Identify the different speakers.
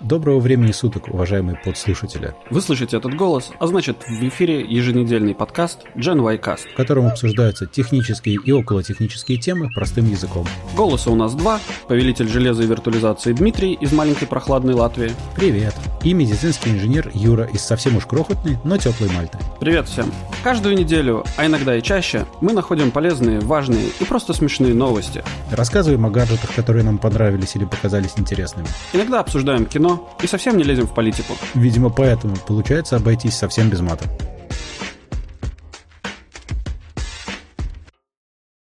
Speaker 1: Доброго времени суток, уважаемые подслушатели,
Speaker 2: Вы слышите этот голос, а значит в эфире еженедельный подкаст Gen Y Cast.
Speaker 1: в котором обсуждаются технические и околотехнические темы простым языком.
Speaker 2: Голоса у нас два. Повелитель железа и виртуализации Дмитрий из маленькой прохладной Латвии.
Speaker 1: Привет! И медицинский инженер Юра из совсем уж крохотной, но теплой Мальты.
Speaker 2: Привет всем! Каждую неделю, а иногда и чаще, мы находим полезные, важные и просто смешные новости.
Speaker 1: Рассказываем о гаджетах, которые нам понравились или показались интересными.
Speaker 2: Иногда обсуждаем кино и совсем не лезем в политику.
Speaker 1: Видимо, поэтому получается обойтись совсем без мата.